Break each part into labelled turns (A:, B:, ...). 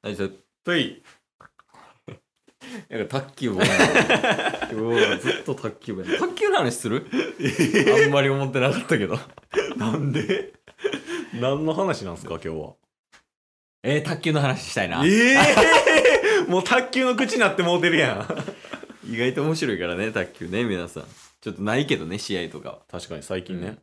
A: あ絶
B: と
A: 対
B: い
A: なんか 卓球部やな今日はずっと卓球部やな卓球の話するあんまり思ってなかったけど
B: なんで何の話なんすか今日は
A: えー、卓球の話したいな
B: ええ もう卓球の口になってもうてるやん
A: 意外と面白いからね卓球ね皆さんちょっとないけどね試合とかは
B: 確かに最近ね、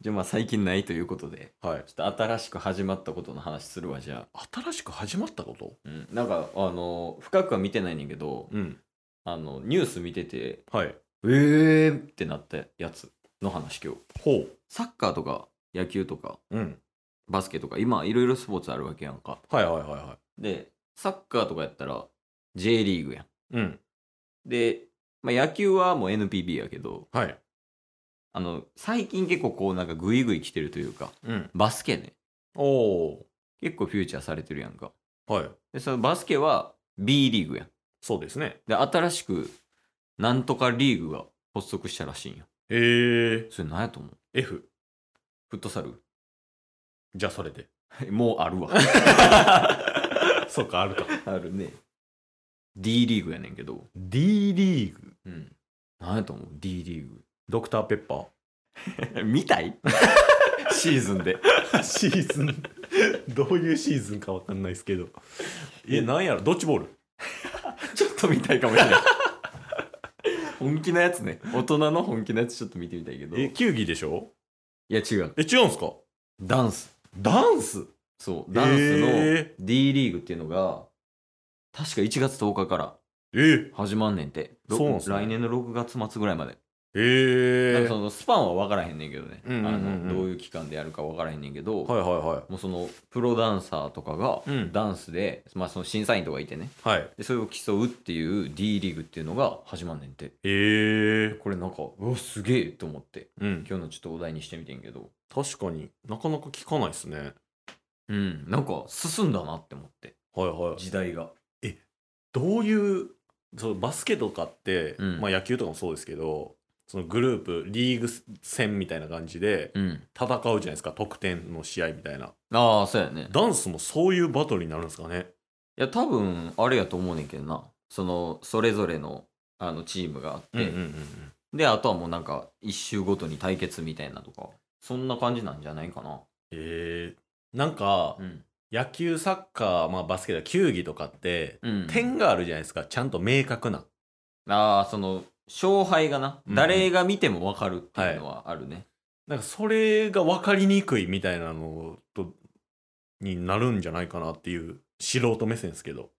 A: じゃあまあ最近ないということで
B: はい
A: ちょっと新しく始まったことの話するわじゃあ、
B: 新しく始まったこと
A: うん、なんかあの深くは見てないねんけど、
B: うん
A: あのニュース見てて
B: はい
A: えーってなったやつの話今日
B: ほう
A: サッカーとか野球とか
B: うん
A: バスケとか今いろいろスポーツあるわけやんか
B: はいはいはいは
A: でサッカーとかやったら J リーグやん
B: いうん
A: で、まあ、野球はもう NPB やけど
B: はい
A: あの最近結構こうなんかグイグイ来てるというか
B: うん
A: バスケね
B: おお
A: 結構フューチャーされてるやんか
B: はい
A: でそのバスケは B リーグやん
B: そうですね
A: で新しくなんとかリーグが発足したらしいんよ
B: へえ
A: それ何やと思う
B: F
A: フットサル
B: じゃあそれで
A: もうあるわ
B: そうかあるか
A: あるね D リーグやねんけど
B: D リーグ
A: うん何やと思う D リーグ
B: ドクターペッパ
A: 見たいシーズンで。
B: ー シーズンどういうシーズンかわかんないですけどえなんやろドッジボール
A: ちょっと見たいかもしれない。本気なやつね。大人の本気なやつちょっと見てみたいけど。
B: え
A: い
B: 球技でしょ
A: や違う。
B: え違うんすか
A: ダンス。
B: ダンス
A: そう。ダンスの
B: え
A: D リーグっていうのが、確か1月10日から
B: え
A: 始まんねんて。ろ
B: そうなんすね
A: 来年の6月末ぐらいまで。
B: え
A: なんか
B: ー
A: そのスパンは分からへんねんけどね。
B: うんうんうんうん
A: あのどういう期間でやるか分からへんねんけど、
B: はいは
A: もうそのプロダンサーとかが
B: うん
A: ダンスで、まあその審査員とかいてね。
B: いはいはい
A: でそれを競うっていう D リーグっていうのが始まんねんて
B: えー、
A: これなんかうわすげえと思って
B: うん
A: 今日のちょっとお題にしてみてんけど
B: 確かになかなか聞かないですね
A: うんなんか進んだなって思って
B: はいはい
A: 時代が
B: どういうそうバスケとかって、
A: うん
B: まあ、野球とかもそうですけどそのグループリーグ戦みたいな感じで
A: うん
B: 戦うじゃないですか得点の試合みたいな
A: ああそうやね
B: ダンスもそういうバトルになるんですかね
A: いや多分あれやと思うねんけどなそのそれぞれのあのチームがあって、
B: うん
A: であとはもうなんか一周ごとに対決みたいなとかそんな感じなんじゃないかな
B: えー、なんか、
A: うん、
B: 野球サッカー、まあ、バスケだ球技とかって、
A: うん、
B: 点があるじゃないですかちゃんと明確な
A: ああその勝敗がな、
B: うん
A: 誰が見ても分かるっていうのはあるね、
B: なんかそれが分かりにくいみたいなのとになるんじゃないかなっていう素人目線ですけど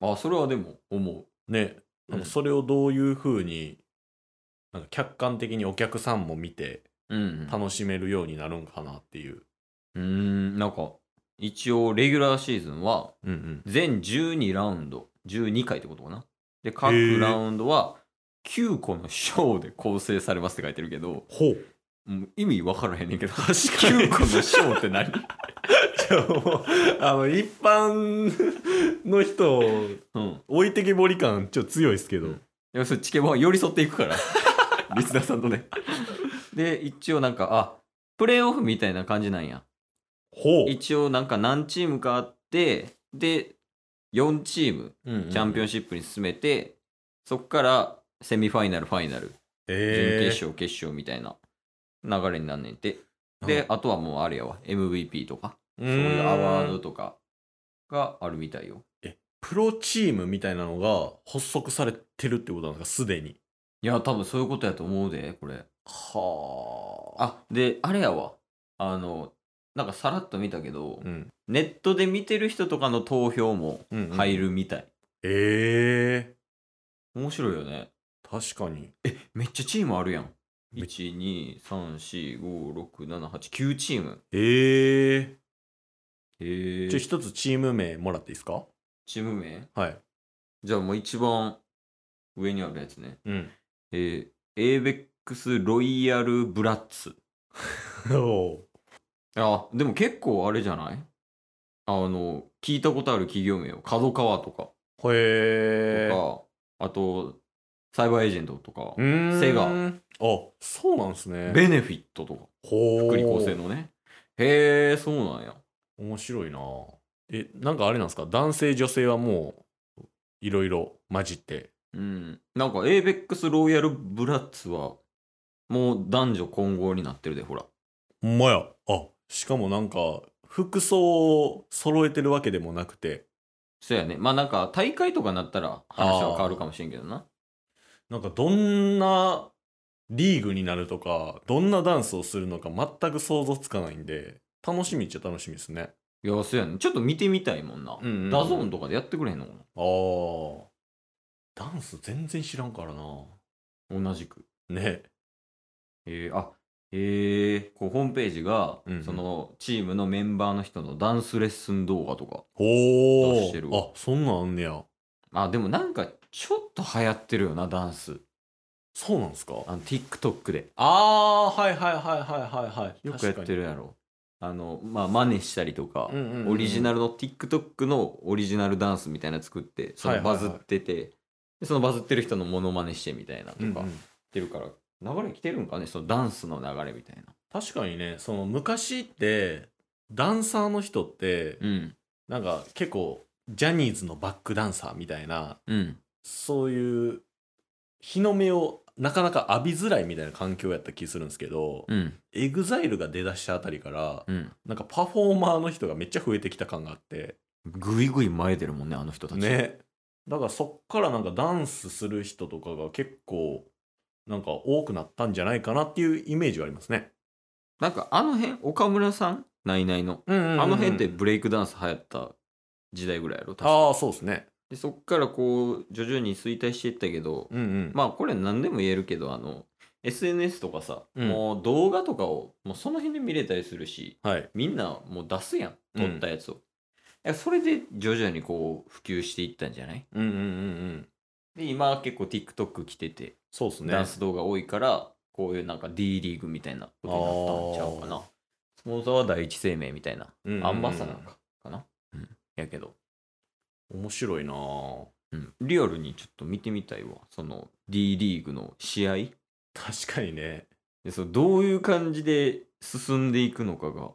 A: あそれはでも思う
B: ね
A: うん
B: なんかそれをどういうふうになんか客観的にお客さんも見て
A: うんうん、
B: 楽しめるようになるんかなっていう、
A: うーんなんか一応レギュラーシーズンは
B: うん
A: 全12ラウンド12回ってことかなで各
B: へー
A: ラウンドは9個のショーで構成されますって書いてるけど
B: ほう
A: もう意味分からへんねんけど
B: 確かに
A: 9個のショーって 何
B: じゃあもうあの一般の人
A: うん
B: 置いてけぼり感ちょっと強いですけど、
A: うんでもそれチケボンは寄り添っていくから リスナーさんとねで一応なんかあプレーオフみたいな感じなんや
B: ほう、
A: 一応なんか何チームかあってで4チームチャンピオン
B: シ
A: シッ
B: ップ
A: プに進めて、そこからセミファイナル、ファイナル、準決勝、決勝みたいな流れになんねんて。で、あとはもうあれやわ、MVP とか、
B: そう
A: そういうアワードとかがあるみたいよ。
B: プロチームみたいなのが発足されてるってことなんですかすでに
A: いや、多分そういうことやと思うで、これ。
B: はあ
A: あ、で、あれやわ、あの、なんかさらっと見たけど、
B: うん
A: ネットで見てる人とかの投票も
B: うんうん
A: 入るみたい。
B: ええ
A: 面白いよね。
B: 確かに
A: めっちゃチームあるやん。
B: め
A: 1、2、3、4、5、6、7、8、9チーム。
B: ええ
A: へえ
B: ちょ一つチーム名もらっていいですか
A: チーム名
B: はい
A: じゃあもう一番上にあるやつね。
B: うん
A: えー、エーベックスロイヤルブラッツ。
B: お
A: あ、でも結構あれじゃないあの、聞いたことある企業名を、角川とか、
B: ーへえ
A: とかあと、サイバーエージェントとか、セ
B: セ
A: ガ
B: あそうなんですね
A: ベネフィットとか、
B: ほう
A: 福利厚生のね。へえ、そうなんや。
B: 面白いなえなんかあれなんですか男性女性はもういろいろ混じって
A: うん。なんか、エイベックスロイヤルブラッツは、もう男女混合になってるで、ほら。
B: ほんまやあしかもなんか服装を揃えてるわけでもなくて
A: そうやね。まあなんか、大会とかになったら話は変わるかもしれんけどな。
B: なんかどんなリーグになるとかどんなダンスをするのか全く想像つかないんで楽しみっちゃ楽しみですね
A: いや、そうやね。ちょっと見てみたいもんな。
B: ん
A: ダゾーンとかでやってくれへんのか
B: あーダンス全然知らんからな
A: な同じく。
B: ね
A: えー、あえー、こうホームページが、
B: うん
A: そのチームのメンバーの人のダンスレッスン動画とか
B: ほ
A: 出してるわ
B: あそんなんあんねや
A: あでもなんかちょっと流行ってるよなダンス
B: そうなんですか
A: あの TikTok で
B: あーはいはいはいはいはいはい
A: よくやってるやろあのまあ真似したりとか、
B: うんうんうん
A: オリジナルの TikTok のオリジナルダンスみたいなの作ってそ
B: は
A: の
B: いはいは
A: バ
B: い
A: ズってて、でそのバズってる人のモノマネしてみたいなとか
B: う
A: や
B: ん
A: っ
B: うん
A: てるから、流れ来てるんかねそのダンスの流れみたいな
B: 確かにねその昔ってダンサーの人って
A: うん
B: なんか結構ジャニーズのバックダンサーみたいな
A: うん
B: そういう日の目をなかなか浴びづらいみたいな環境やった気するんですけど、
A: うん
B: エグザイルが出だしたあたりから
A: うん
B: なんかパフォーマーの人がめっちゃ増えてきた感があって
A: ぐいぐい前出るもんねあの人たち
B: ねだからそっからなんかダンスする人とかが結構なんか多くなったんじゃないかなっていうイメージはありますね。
A: なんかあの辺岡村さんないないの、あ
B: あ
A: の辺でブレイクダンス流行った時代ぐらいやろ確か
B: ああそうですね。
A: でそっからこう徐々に衰退していったけど、
B: うんうん、
A: まあこれ何でも言えるけどあの SNS とかさ、
B: うん
A: もう動画とかをもうその辺で見れたりするし
B: はい。
A: みんなもう出すやん
B: うん
A: 撮ったやつを、いやそれで徐々にこう普及していったんじゃない
B: うんうんうんうん。
A: で今結構 TikTok 来てて、
B: そうですね。
A: ダンス動画多いからこういうなんか D リーグみたいなことになったんちゃうか
B: あ
A: なスポンサーは第一生命みたいな
B: うんうんうん
A: アンバサダーかかな、うん、やけど、
B: 面白いなぁ
A: うん、リアルにちょっと見てみたいわその D リーグの試合
B: 確かにね。
A: でそのどういう感じで進んでいくのか が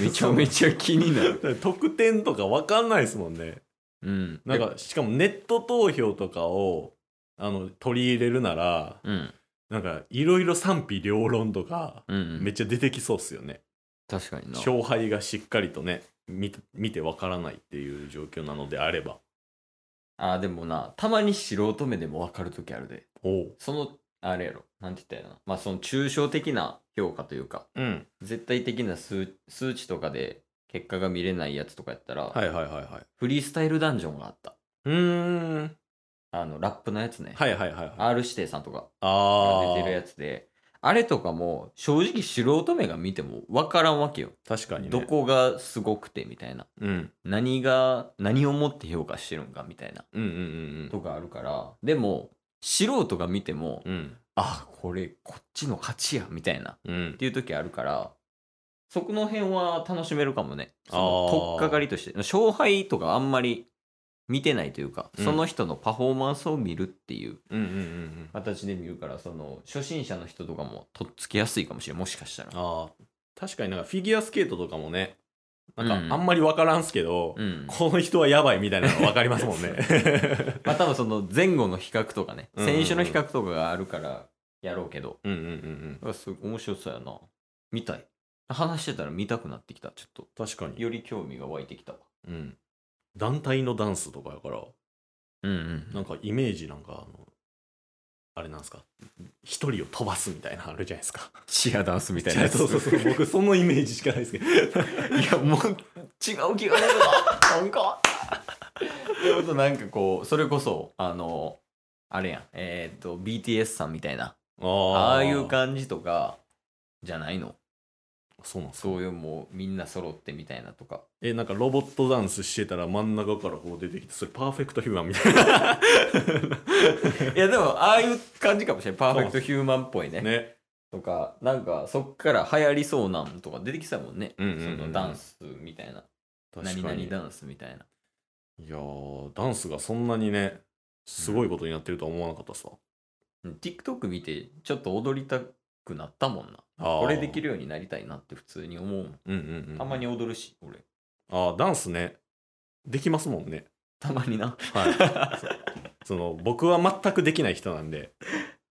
A: めちゃめちゃ気になる、
B: 得点とかわかんないですもんね。
A: うん、
B: なんかしかもネット投票とかをあの取り入れるなら
A: でうん
B: なんかいろいろ賛否両論とか
A: うんう
B: めっ
A: ん、
B: ちゃ出てきそうっすよね。
A: 確かにな
B: 勝敗がしっかりとね見見てわからないっていう状況なのであれば。
A: あーでもなたまに素人目でも分かる時あるで
B: おう。
A: そのあれやろなんて言ったらいいのかなまあその抽象的な評価というか
B: うん。
A: 絶対的な数数値とかで結果が見れないやつとかやったら、
B: はいはいはいはい。
A: フリースタイルダンジョンがあった
B: うーん。
A: あのラップのやつね、
B: はいはいはいはい。
A: R 指定さんとか
B: あ
A: が
B: ー
A: 出てるやつであれとかも正直素人目が見ても分からんわけよ、
B: 確かにね。
A: どこがすごくてみたいな
B: うん。
A: 何が何をもって評価してるんかみたいな
B: うんうんうん
A: とかあるからでも素人が見ても、
B: うん。うん。
A: あこれこっちの勝ちやみたいな
B: うん
A: っ。ていう時あるからそこの辺は楽しめるかもねそ
B: あ
A: の
B: ー
A: 取っかかりとして勝敗とかあんまり見てないというか、
B: うん
A: その人のパフォーマンスを見るっていう
B: うんうんうんうん。
A: 形で見るからその初心者の人とかもとっつきやすいかもしれんもしかしたら
B: ああ確かになんかフィギュアスケートとかもねな
A: うんん
B: かあんまり分からんすけど、
A: うん
B: この人はやばいみたいなの分かりますもんね
A: まあ多分その前後の比較とかね
B: うんうんうん
A: 選手の比較とかがあるからやろうけど
B: うんうんうんうん
A: あすごい面白そうやな見たい話してたら見たくなってきたちょっと
B: 確かに、
A: より興味が湧いてきたわ
B: うん、団体のダンスとかやから
A: うん
B: なんかイメージなんかあのあれなんですか一人を飛ばすみたいなのあるじゃないですか
A: チアダンスみ
B: そうそうそう 僕そのイメージしかない ですけど
A: いやもう違う気がするななんかでもなんかこうそれこそあのあれやんえっ、と BTS さんみたいなああいう感じとかじゃないの
B: そうなんですか
A: そういうもうみんな揃ってみたいなとか
B: えなんかロボットダンスしてたら真ん中からこう出てきてそれパーフェクトヒューマンみたいない
A: やでもああいう感じかもしれないパーフェクトヒューマンっぽいね
B: ね
A: とかなんかそっから流行りそうなんとか出てきてたもんね、
B: うんうんうんうん
A: そのダンスみたいな何々ダンスみたいない
B: やーダンスがそんなにねすごいことになってるとは思わなかったさ、
A: うん TikTok 見てちょっと踊りたくなったもんな
B: あー
A: これできるようになりたいなって普通に思うもん
B: うんうん、うん、
A: たまに踊るし俺
B: あーダンスねできますもんね。
A: たまにな
B: はい。その僕は全くできない人なんで。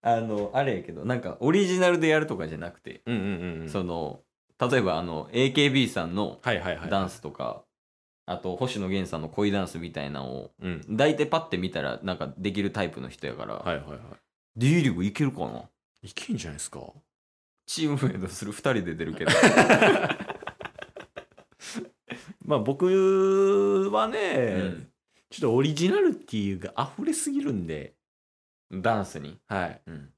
A: あのあれやけどなんかオリジナルでやるとかじゃなくて、
B: うんうんうんうん。
A: その例えばあの AKB さんの
B: はいはいはい。
A: ダンスとか、あと星野源さんの恋ダンスみたいなのを
B: うん。
A: 大体パッて見たらなんかできるタイプの人やから、
B: はいはいは。
A: D リーグいけるかない
B: いけんじゃないですか。
A: チームメイトする2人で出るけ ど
B: まあ僕はね、
A: うん
B: ちょっとオリジナルティが溢れすぎるんで、
A: ダンスに、
B: はい。
A: うん、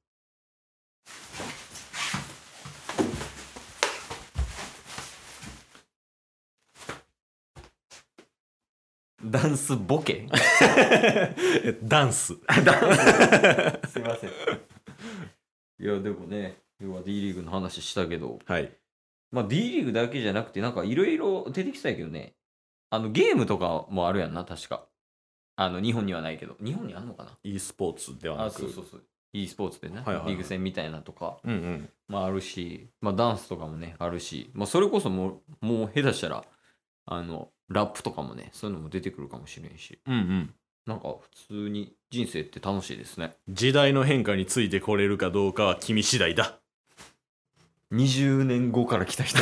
A: ダンスボケ
B: ダンス。
A: すいませんいやでもね要は D リーグの話したけど
B: はい。
A: まあ D リーグだけじゃなくてなんかいろいろ出てきたけどねあのゲームとかもあるやんな確かあの日本にはないけど日本にあんのかな
B: e スポーツではな
A: あ
B: く。
A: そうそうそう e スポーツでね、
B: はいはいはい
A: リーグ戦みたいなとか、
B: うんうん。
A: まあ、あるし、まあ、ダンスとかもねあるし、まあ、それこそもうもう下手したらあのラップとかもねそういうのも出てくるかもしれんし
B: うんうん。
A: なんか普通に人生って楽しいですね
B: 時代の変化についてこれるかどうかは君次第だ。
A: 20年後から来た人